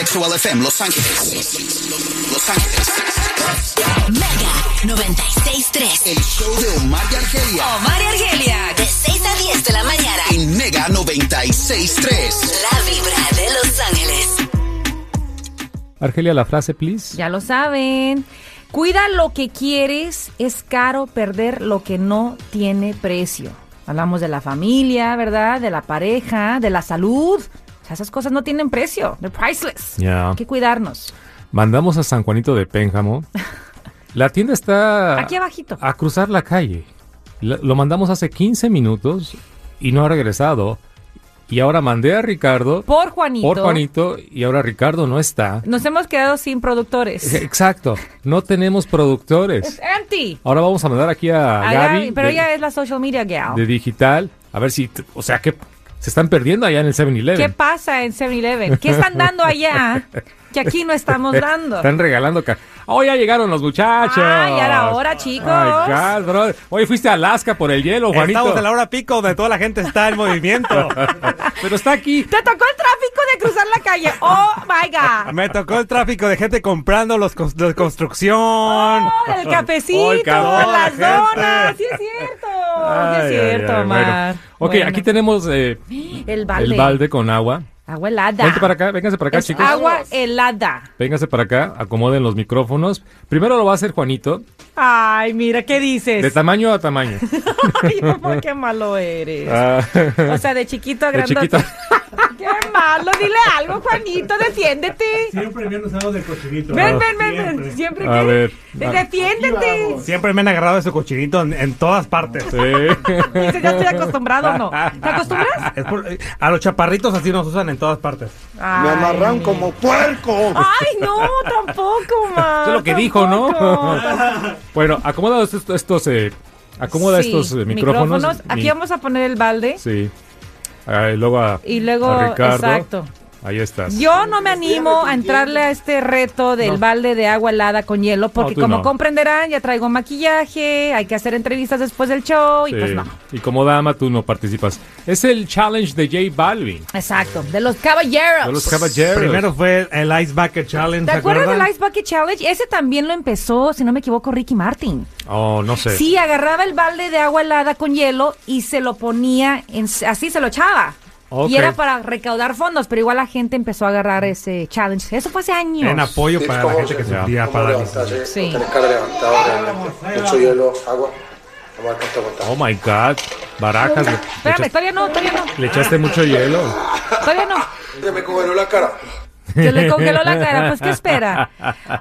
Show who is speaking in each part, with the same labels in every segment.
Speaker 1: Actual FM Los Ángeles. Los Ángeles.
Speaker 2: Mega 96.3.
Speaker 1: El show de Omar y Argelia
Speaker 2: Omar y Argelia. De 6 a 10 de la mañana.
Speaker 1: en Mega 96.3.
Speaker 2: La vibra de Los Ángeles.
Speaker 3: Argelia, la frase, please.
Speaker 4: Ya lo saben. Cuida lo que quieres, es caro perder lo que no tiene precio. Hablamos de la familia, ¿verdad? De la pareja, de la salud. O sea, esas cosas no tienen precio. They're priceless.
Speaker 3: Ya.
Speaker 4: Hay que cuidarnos.
Speaker 3: Mandamos a San Juanito de Pénjamo. La tienda está
Speaker 4: Aquí abajito.
Speaker 3: a cruzar la calle. La- Lo mandamos hace 15 minutos y no ha regresado. Y ahora mandé a Ricardo
Speaker 4: Por Juanito.
Speaker 3: por Juanito y ahora Ricardo no está. Eh,
Speaker 4: Nos hemos quedado sin productores.
Speaker 3: Exacto, no tenemos
Speaker 4: Es
Speaker 3: productores.
Speaker 4: anti.
Speaker 3: Ahora vamos a mandar aquí a,
Speaker 4: A
Speaker 3: Ah, Gaby,
Speaker 4: Gaby, pero
Speaker 3: de,
Speaker 4: ella es la social media gal.
Speaker 3: de digital. A ver si, t- o sea, que se están perdiendo allá en el
Speaker 4: ¿Qué
Speaker 3: 7-Eleven.
Speaker 4: pasa en 7-Eleven? ¿Qué están dando allá que aquí no estamos dando?
Speaker 3: Están regalando. ca- ¡Oh, ya llegaron los muchachos!
Speaker 4: Ay, a la hora, chicos.
Speaker 3: Ay, God, brother. Oye, fuiste a Alaska por el hielo, Juanito.
Speaker 5: Estamos en la hora pico donde toda la gente está en movimiento.
Speaker 3: Pero está aquí.
Speaker 4: Te tocó el tráfico de cruzar la calle. Oh my God.
Speaker 5: Me tocó el tráfico de gente comprando los cons- de construcción.
Speaker 4: Oh, el cafecito,
Speaker 3: Oh, el café, la
Speaker 4: las
Speaker 3: gente.
Speaker 4: donas. Sí, es cierto.
Speaker 3: Ay,
Speaker 4: sí, es cierto,
Speaker 3: ay, ay, bueno.
Speaker 4: Omar.
Speaker 3: Ok,
Speaker 4: Bueno.
Speaker 3: aquí tenemos eh,
Speaker 4: el balde.
Speaker 3: el balde con agua.
Speaker 4: Agua helada.
Speaker 3: Vente para acá, vénganse para acá,
Speaker 4: Es
Speaker 3: chicos.
Speaker 4: agua helada.
Speaker 3: Vénganse para acá, acomoden los micrófonos. Primero lo va a hacer Juanito,
Speaker 4: Ay, mira, ¿qué
Speaker 3: de
Speaker 4: dices?
Speaker 3: tamaño a tamaño.
Speaker 4: Ay, amor, qué malo eres.
Speaker 3: Ah,
Speaker 4: O sea, de chiquito a
Speaker 3: de
Speaker 4: grandote.
Speaker 3: chiquito.
Speaker 4: Qué malo, dile algo, Juanito, defiéndete.
Speaker 6: Siempre menos del cochinito.
Speaker 4: Ven, ven, ven, ven. Siempre
Speaker 3: A
Speaker 4: que-
Speaker 3: ver, a-
Speaker 4: Defiéndete.
Speaker 5: Siempre me han agarrado de su cochinito en, en todas partes.
Speaker 3: Sí.
Speaker 4: Dice, ya estoy acostumbrado, ¿no? ¿Te acostumbras?
Speaker 5: Es por- a los chaparritos así nos usan en todas partes.
Speaker 4: Me amarran como puerco. Ay, no, tampoco, ma.
Speaker 3: Eso es lo que dijo, ¿no?
Speaker 4: tampoco, tampoco.
Speaker 3: Bueno, acomoda estos, estos, eh, acomoda
Speaker 4: Sí,
Speaker 3: estos eh, micrófonos.
Speaker 4: Aquí
Speaker 3: Mi-
Speaker 4: vamos a poner el balde.
Speaker 3: Sí. Ah, y luego a,
Speaker 4: Y luego,
Speaker 3: a Ricardo.
Speaker 4: exacto.
Speaker 3: Ahí estás.
Speaker 4: Yo no me animo a entrarle a este reto del balde de agua helada con hielo, porque
Speaker 3: tú
Speaker 4: como
Speaker 3: no.
Speaker 4: comprenderán, ya traigo maquillaje, hay que hacer entrevistas después del show y
Speaker 3: Sí.
Speaker 4: pues no.
Speaker 3: Y como dama, tú no participas. Es el challenge de J Balvin.
Speaker 4: Exacto, de los caballeros.
Speaker 3: De los caballeros.
Speaker 5: Primero fue el Ice Bucket Challenge.
Speaker 4: ¿Te acuerdas
Speaker 5: acuerdan?
Speaker 4: del Ice Bucket Challenge? Ese también lo empezó, si no me equivoco, Ricky Martin.
Speaker 3: Oh, no sé.
Speaker 4: Sí, agarraba el balde de agua helada con hielo y se lo ponía, en- así se lo echaba.
Speaker 3: Ok.
Speaker 4: Y era para recaudar fondos, pero igual la gente empezó a agarrar ese challenge. Eso fue hace años.
Speaker 5: En apoyo para la
Speaker 7: ¿Cómo
Speaker 5: gente que
Speaker 7: se-
Speaker 5: sufría
Speaker 7: cómo
Speaker 5: parálisis.
Speaker 7: levantarse?
Speaker 4: Sí.
Speaker 7: No tenés cara levantada realmente. Mucho hielo, agua. Vamos a ver cuánto aguantás.
Speaker 3: Oh my God. Barajas. Le, le
Speaker 4: Espérame,
Speaker 3: echaste,
Speaker 4: todavía no, todavía no,
Speaker 3: le echaste mucho hielo.
Speaker 4: todavía no.
Speaker 7: Ya me congeló la cara.
Speaker 4: Se le congeló la cara, pues ¿qué espera?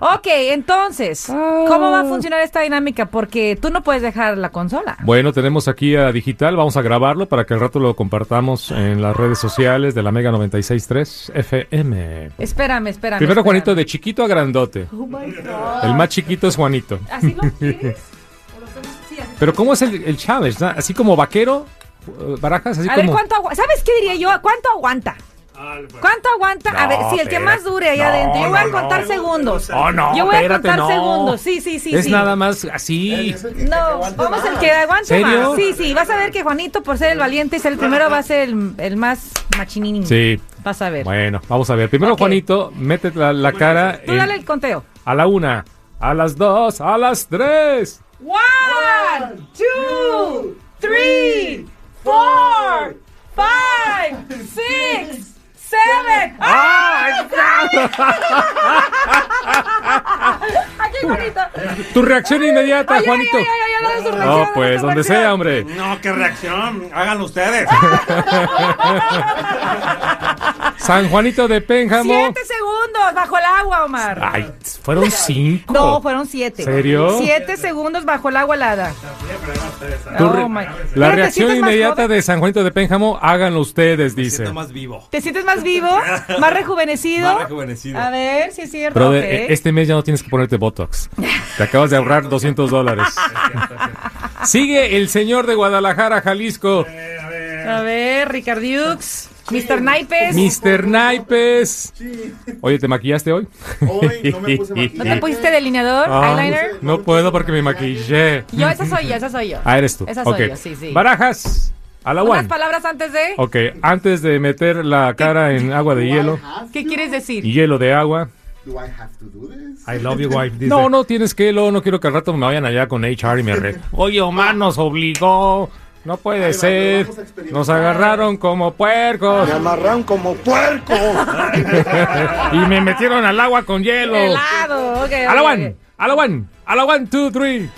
Speaker 4: Ok, entonces, ¿cómo va a funcionar esta dinámica? Porque tú no puedes dejar la consola.
Speaker 3: Bueno, tenemos aquí a Digital. Vamos a grabarlo para que al rato lo compartamos en las redes sociales de la Mega 963 FM.
Speaker 4: Espérame,
Speaker 3: Primero
Speaker 4: espérame. espérame.
Speaker 3: Juanito, de chiquito a grandote. El más chiquito es Juanito.
Speaker 4: ¿Así lo quieres? ¿O lo hacemos así, así?
Speaker 3: Pero ¿cómo es el, el challenge? na? Así como vaquero, eh, barajas, así
Speaker 4: A ver,
Speaker 3: como...
Speaker 4: ¿cuánto aguanta? ¿Sabes qué diría yo? ¿Cuánto aguanta? ¿Cuánto aguanta? A ver, si el que más dure ahí
Speaker 3: No,
Speaker 4: adentro. Yo voy a
Speaker 3: no,
Speaker 4: contar
Speaker 3: no.
Speaker 4: segundos.
Speaker 3: Oh, no,
Speaker 4: Yo voy a
Speaker 3: espérate,
Speaker 4: contar
Speaker 3: no.
Speaker 4: segundos. Sí, sí, sí.
Speaker 3: es
Speaker 4: sí.
Speaker 3: nada más así.
Speaker 4: No, vamos el que aguante
Speaker 3: ¿Serio?
Speaker 4: más. Sí, sí. Vas a ver que Juanito, por ser el valiente, es el primero, va a ser el, el más machinini.
Speaker 3: Sí.
Speaker 4: Vas a ver.
Speaker 3: Bueno, vamos a ver. Primero,
Speaker 4: Ok.
Speaker 3: Juanito, mete la, la cara
Speaker 4: Tú
Speaker 3: en-
Speaker 4: dale el conteo.
Speaker 3: a la una, a las dos, a las tres.
Speaker 4: One, two, three, four, five, six, seven. ¡Ah! Aquí, Juanito.
Speaker 3: Tu reacción inmediata,
Speaker 4: Ay, ay,
Speaker 3: Juanito.
Speaker 4: ay, ay, ay, dale su reacción,
Speaker 3: No,
Speaker 4: dale
Speaker 3: pues,
Speaker 4: su
Speaker 3: donde
Speaker 4: reacción.
Speaker 3: sea, hombre.
Speaker 5: No, qué reacción. Háganlo ustedes.
Speaker 3: San Juanito de Pénjamo.
Speaker 4: Siete segundos bajo el agua, Omar.
Speaker 3: Ay, fueron cinco.
Speaker 4: No, fueron siete.
Speaker 3: Ah, ¿Serio?
Speaker 4: Siete segundos bajo el agua helada.
Speaker 3: Tu re-
Speaker 4: Oh, my-
Speaker 3: La
Speaker 4: Pero te
Speaker 3: reacción
Speaker 4: sientes más
Speaker 3: inmediata
Speaker 4: joven.
Speaker 3: de San Juanito de Pénjamo, háganlo ustedes, dice.
Speaker 5: Siento más vivo.
Speaker 4: ¿Te sientes más vivo? ¿Más rejuvenecido?
Speaker 5: Más rejuvenecido.
Speaker 4: A ver, si es cierto.
Speaker 3: Brother,
Speaker 4: ok.
Speaker 3: eh, este mes ya no tienes que ponerte Botox. Te acabas de ahorrar 200 dólares. Sigue el señor de Guadalajara, Jalisco,
Speaker 4: A ver, Ricardiux, Mr. Naipes.
Speaker 3: Mr. Naipes. Oye, ¿te maquillaste hoy?
Speaker 7: Hoy no me puse
Speaker 4: ¿No te pusiste delineador,
Speaker 3: Ah,
Speaker 4: eyeliner?
Speaker 3: no puedo porque me maquillé.
Speaker 4: Yo, esa soy yo, esa soy yo.
Speaker 3: Ah, eres tú.
Speaker 4: Esa soy
Speaker 3: Ok.
Speaker 4: yo, sí, sí.
Speaker 3: Barajas. A la
Speaker 4: Unas
Speaker 3: one.
Speaker 4: palabras antes de.
Speaker 3: Ok, antes de meter la cara en agua de hielo,
Speaker 4: ¿Qué quieres decir?
Speaker 3: y hielo de agua.
Speaker 8: Do I have to do this?
Speaker 5: I love you, wife. dice.
Speaker 3: No, no tienes que, luego no quiero que al rato me vayan allá con HR y me arreglen. Oye, Omar nos obligó. No puede
Speaker 8: Ahí va,
Speaker 3: ser.
Speaker 8: vamos a experimentar.
Speaker 3: Nos agarraron como puercos.
Speaker 7: Me amarraron como puerco.
Speaker 3: y me metieron al agua con hielo.
Speaker 4: Helado. ok,
Speaker 3: A la
Speaker 4: ok,
Speaker 3: one, a la one, a la one, two, three.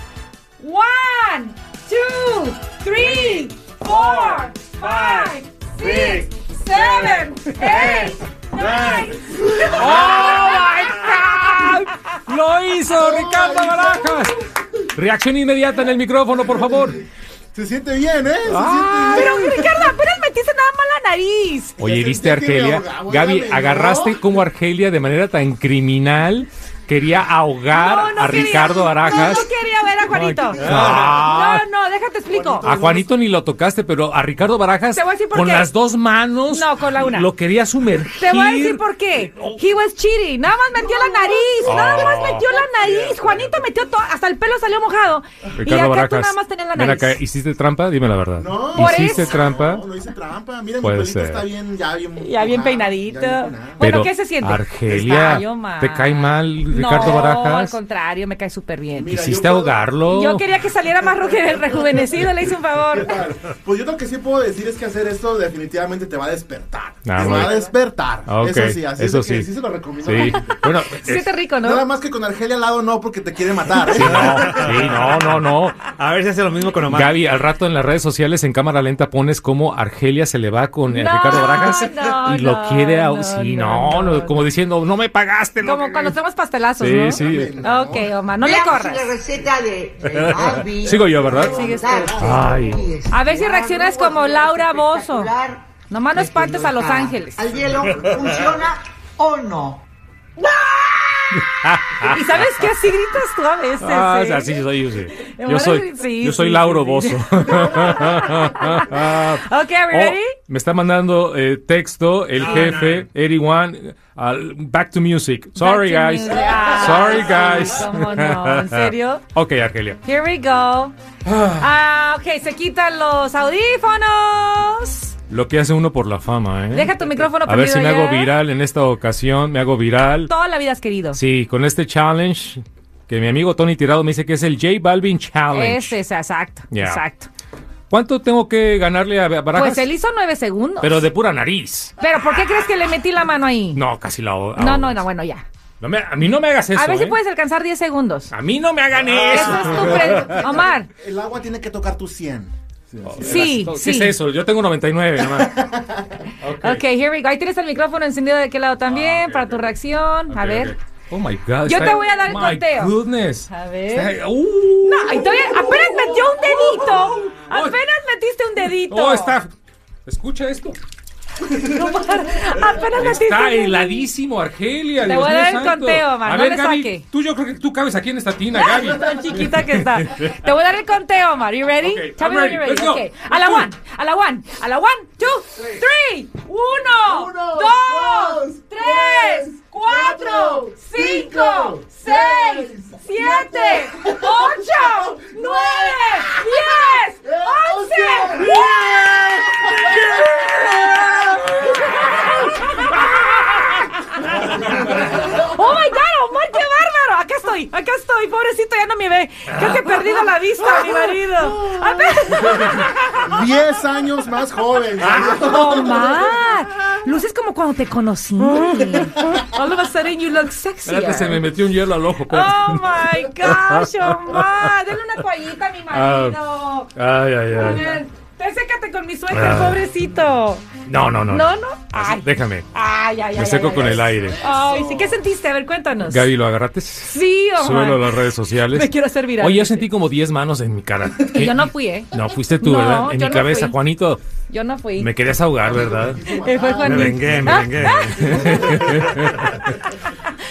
Speaker 4: ok. One, two, three, four, five, six, seven, eight, nine.
Speaker 3: ¡Oh, my God! ¡Lo hizo Ricardo Barajas! Reacción inmediata en el micrófono, por favor.
Speaker 8: Se siente bien, ¿eh? Se siente
Speaker 4: Pero Ricardo, apenas metiste nada más la nariz.
Speaker 3: Oye,
Speaker 8: Ya
Speaker 3: ¿viste a
Speaker 8: sentía que me
Speaker 3: Argelia?
Speaker 8: ahogaba,
Speaker 3: Gaby,
Speaker 8: ya me
Speaker 3: agarraste
Speaker 8: dio.
Speaker 3: como Argelia de manera tan criminal. Quería ahogar
Speaker 4: No, no
Speaker 3: a
Speaker 4: quería-
Speaker 3: Ricardo Barajas.
Speaker 4: No, no quería ver a Juanito.
Speaker 3: Ah.
Speaker 4: No, no, déjate explico.
Speaker 3: A Juanito ni lo tocaste, pero a Ricardo Barajas
Speaker 4: Te voy a decir por
Speaker 3: con
Speaker 4: qué.
Speaker 3: las dos manos
Speaker 4: No, con la una.
Speaker 3: lo quería sumergir.
Speaker 4: Te voy a decir por qué. He was cheating. Nada más metió la nariz.
Speaker 3: Ah.
Speaker 4: Nada más metió la nariz. Juanito metió todo. Hasta el pelo salió mojado. y acá
Speaker 3: Ricardo
Speaker 4: tú
Speaker 3: Barajas,
Speaker 4: nada más tenías la
Speaker 3: ven
Speaker 4: nariz.
Speaker 3: acá, ¿hiciste trampa? Dime la verdad.
Speaker 8: No.
Speaker 4: Por
Speaker 3: ¿Hiciste
Speaker 4: eso.
Speaker 3: trampa?
Speaker 8: No, no hice trampa. Mira,
Speaker 3: Puede
Speaker 8: mi pelito
Speaker 3: ser.
Speaker 8: está bien, ya bien.
Speaker 4: Ya bien
Speaker 8: peinado,
Speaker 4: peinadito.
Speaker 8: Ah, ya bien peinado.
Speaker 4: Bueno,
Speaker 3: Pero,
Speaker 4: ¿qué se siente?
Speaker 3: Argelia,
Speaker 4: Te cayó mal.
Speaker 3: ¿te cae mal Ricardo
Speaker 4: no, al
Speaker 3: Barajas? Oh.
Speaker 4: contrario, me cae súper bien.
Speaker 8: Mira,
Speaker 3: ¿Quisiste
Speaker 8: yo puedo-
Speaker 3: ahogarlo?
Speaker 4: Yo quería que saliera más rugido el rejuvenecido. Le hice un favor.
Speaker 8: Pues yo lo que sí puedo decir es que hacer esto definitivamente te va a despertar.
Speaker 3: Ah,
Speaker 4: Pues
Speaker 8: te
Speaker 3: muy
Speaker 8: va a
Speaker 3: bien.
Speaker 8: despertar.
Speaker 3: Ah, ok,
Speaker 8: Eso sí, así
Speaker 3: eso
Speaker 8: es de que
Speaker 3: sí.
Speaker 8: sí se lo recomiendo.
Speaker 3: Sí. Bueno,
Speaker 4: Se siente rico, ¿no?
Speaker 8: Nada más que con Argelia al lado no, porque te quiere matar. ¿eh?
Speaker 3: no, sí, no, no, no.
Speaker 5: A ver si hace lo mismo con Omar.
Speaker 3: Gaby, al rato en las redes sociales en cámara lenta pones cómo Argelia se le va con eh,
Speaker 4: No,
Speaker 3: Ricardo Barajas
Speaker 4: no,
Speaker 3: y lo
Speaker 4: no,
Speaker 3: quiere a...
Speaker 4: no,
Speaker 3: sí,
Speaker 4: no,
Speaker 3: no,
Speaker 4: no,
Speaker 3: no,
Speaker 4: no.
Speaker 3: como diciendo, no me pagaste. lo
Speaker 4: Como
Speaker 3: que-
Speaker 4: cuando hacemos pastelazos,
Speaker 3: Sí,
Speaker 4: ¿no?
Speaker 3: sí.
Speaker 4: Ok, Omar, no le corras.
Speaker 9: receta de, de Barbie.
Speaker 3: Sigo yo, ¿verdad?
Speaker 4: Sigues tú.
Speaker 8: Ah,
Speaker 3: Ay.
Speaker 4: A ver si reaccionas como Laura Bozo. Nomás no espantes a Los Ángeles.
Speaker 9: Este, Al hielo funciona o no.
Speaker 4: ¿Y sabes qué? Así gritas tú a veces.
Speaker 3: Ah,
Speaker 4: ¿eh?
Speaker 3: así soy yo, sí.
Speaker 4: Ahora
Speaker 3: Yo soy,
Speaker 4: sí,
Speaker 3: yo
Speaker 4: sí,
Speaker 3: soy
Speaker 4: sí,
Speaker 3: Lauro
Speaker 4: sí.
Speaker 3: Bozo.
Speaker 4: Ok, are we
Speaker 3: Oh,
Speaker 4: ready? Ah,
Speaker 3: me está mandando eh, texto el jefe, Eriwan, al- back to music. Sorry,
Speaker 4: Back to
Speaker 3: guys.
Speaker 4: music. Ah,
Speaker 3: Sorry,
Speaker 4: sí,
Speaker 3: guys.
Speaker 4: cómo no, ¿en serio?
Speaker 3: ok, Argelia.
Speaker 4: Here we go. Ah, ok, se quitan los audífonos.
Speaker 3: Lo que hace uno por la fama, ¿eh?
Speaker 4: Deja tu micrófono
Speaker 3: A ver si me
Speaker 4: prendido
Speaker 3: hago
Speaker 4: ya.
Speaker 3: viral en esta ocasión, me hago viral.
Speaker 4: Toda la vida has querido.
Speaker 3: Sí, con este challenge que mi amigo Tony Tirado me dice que es el J Balvin Challenge.
Speaker 4: Ese es, exacto,
Speaker 3: Ya.
Speaker 4: exacto.
Speaker 3: ¿Cuánto tengo que ganarle a Barajas?
Speaker 4: Pues él hizo nueve segundos.
Speaker 3: Pero de pura nariz.
Speaker 4: Pero, ¿por qué crees que le metí la mano ahí?
Speaker 3: No, casi la ahogas.
Speaker 4: no, no, no, bueno, ya.
Speaker 3: No me- a mí no me hagas eso.
Speaker 4: a ver si
Speaker 3: ¿eh?
Speaker 4: puedes alcanzar 10 segundos.
Speaker 3: A mí no me hagan eso.
Speaker 4: Eso es tu pre- Omar,
Speaker 8: El agua tiene que tocar tu 100.
Speaker 4: sí,
Speaker 3: ¿Qué
Speaker 4: sí.
Speaker 3: es eso? Yo tengo 99 nomás.
Speaker 4: Ok, here we go. Ahí tienes el micrófono encendido de aquel lado
Speaker 3: Ah,
Speaker 4: también para tu reacción. a ver.
Speaker 3: Oh my God.
Speaker 4: Yo
Speaker 3: está-
Speaker 4: te voy a dar el
Speaker 3: my
Speaker 4: conteo.
Speaker 3: Goodness.
Speaker 4: A ver.
Speaker 3: Está- ¡Uh!
Speaker 4: No, ahí todavía- apenas metió un dedito. Apenas metiste un dedito.
Speaker 3: Oh, está. Escucha esto.
Speaker 4: Apenas metiste un
Speaker 3: Está
Speaker 4: dedito.
Speaker 3: heladísimo, Argelia.
Speaker 4: Te
Speaker 3: Dios
Speaker 4: voy a
Speaker 3: mío
Speaker 4: dar el
Speaker 3: santo.
Speaker 4: conteo, Omar,
Speaker 3: A
Speaker 4: no
Speaker 3: ver,
Speaker 4: le
Speaker 3: Gaby,
Speaker 4: saque.
Speaker 3: tú yo creo que tú cabes aquí en esta tina, Gaby.
Speaker 4: Tan chiquita que está. Te voy a dar el conteo, Omar. You ready?
Speaker 3: Ok,
Speaker 4: Tell
Speaker 3: I'm
Speaker 4: me when
Speaker 3: ready.
Speaker 4: you're ready.
Speaker 3: Let's go.
Speaker 4: Okay. A la
Speaker 3: Let's
Speaker 4: one, a la one, a la one, two, three, uno,
Speaker 8: Uno,
Speaker 4: dos,
Speaker 8: dos,
Speaker 4: tres,
Speaker 8: tres,
Speaker 4: cuatro,
Speaker 8: cuatro,
Speaker 4: cinco,
Speaker 8: cinco,
Speaker 4: seis,
Speaker 8: seis,
Speaker 4: siete, ocho, nueve, diez, once. ¡Oh, my God! Omar, qué bárbaro! Acá estoy, acá estoy. Pobrecito, ya no me ve. Creo que he perdido la vista, mi marido. A ver.
Speaker 8: 10 años más joven.
Speaker 4: Omar, luces como cuando te conocí. All of a sudden you look sexy.
Speaker 3: Espérate, se me metió un hielo al ojo. espérate.
Speaker 4: Oh my gosh, oh Omar. Dale una toallita a mi marido.
Speaker 3: Ay, ay,
Speaker 4: A
Speaker 3: ay.
Speaker 4: ver, te sécate con mi
Speaker 3: Ah.
Speaker 4: suéter, pobrecito.
Speaker 3: No, no, no.
Speaker 4: No, no.
Speaker 3: Así,
Speaker 4: Ay.
Speaker 3: Déjame.
Speaker 4: Ay, ay, ay.
Speaker 3: Me seco
Speaker 4: ay,
Speaker 3: con
Speaker 4: ay.
Speaker 3: el aire.
Speaker 4: Ay, sí, ¿qué sentiste? A ver, cuéntanos.
Speaker 3: Gaby, ¿lo agarraste?
Speaker 4: Sí, Omar.
Speaker 3: Súbelo a las redes sociales.
Speaker 4: Me quiero hacer viral,
Speaker 3: Oye, yo
Speaker 4: dice.
Speaker 3: sentí como 10 manos en mi cara.
Speaker 4: Y yo no fui, ¿eh?
Speaker 3: No, fuiste tú,
Speaker 4: No,
Speaker 3: ¿verdad? En
Speaker 4: yo
Speaker 3: mi
Speaker 4: no
Speaker 3: cabeza,
Speaker 4: fui.
Speaker 3: Juanito.
Speaker 4: Yo no fui.
Speaker 3: Me querías ahogar, ¿verdad?
Speaker 4: Eh, fue
Speaker 5: Me
Speaker 4: Juanito.
Speaker 5: vengué, me
Speaker 4: Ah,
Speaker 5: vengué.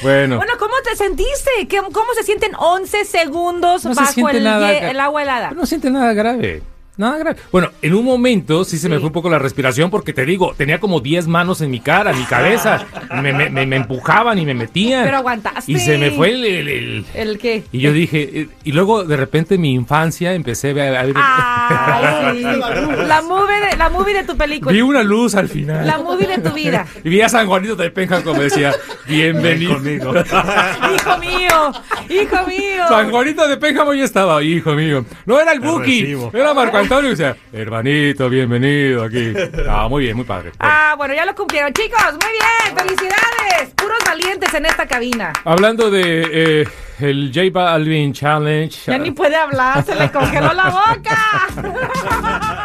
Speaker 3: Bueno.
Speaker 4: Bueno, ¿cómo te sentiste? ¿Qué- ¿Cómo se sienten 11 segundos
Speaker 3: No se
Speaker 4: bajo
Speaker 3: siente
Speaker 4: el,
Speaker 3: nada,
Speaker 4: hie-
Speaker 3: Ga-
Speaker 4: el agua helada?
Speaker 3: No siente nada grave. Nada grave. Bueno, en un momento sí se me
Speaker 4: Sí.
Speaker 3: fue un poco la respiración porque te digo, tenía como 10 manos en mi cara, en mi cabeza. Me, me- me- me empujaban y me metían.
Speaker 4: Pero aguantaste.
Speaker 3: Y se me fue el... el- el-
Speaker 4: ¿El qué?
Speaker 3: Y yo dije, eh, y luego de repente mi infancia empecé a, a ver...
Speaker 4: Ay, sí. la, movie de, la movie de tu película.
Speaker 3: Vi una luz al final.
Speaker 4: La movie de tu vida.
Speaker 3: Y vi a San Juanito de Penja como decía, bienvenido. conmigo.
Speaker 4: Hijo mío, hijo mío.
Speaker 3: San Juanito de Pénjamo hoy estaba, hijo mío. No era el Buki,
Speaker 5: recibo.
Speaker 3: era Marco Antonio. Y decía, hermanito, bienvenido aquí. Ah, muy bien, muy padre.
Speaker 4: Ah, bueno, ya lo cumplieron, chicos. Muy bien, felicidades. Puros valientes en esta cabina.
Speaker 3: Hablando de eh, el J Balvin Challenge.
Speaker 4: Ya ni puede hablar, se le congeló la boca.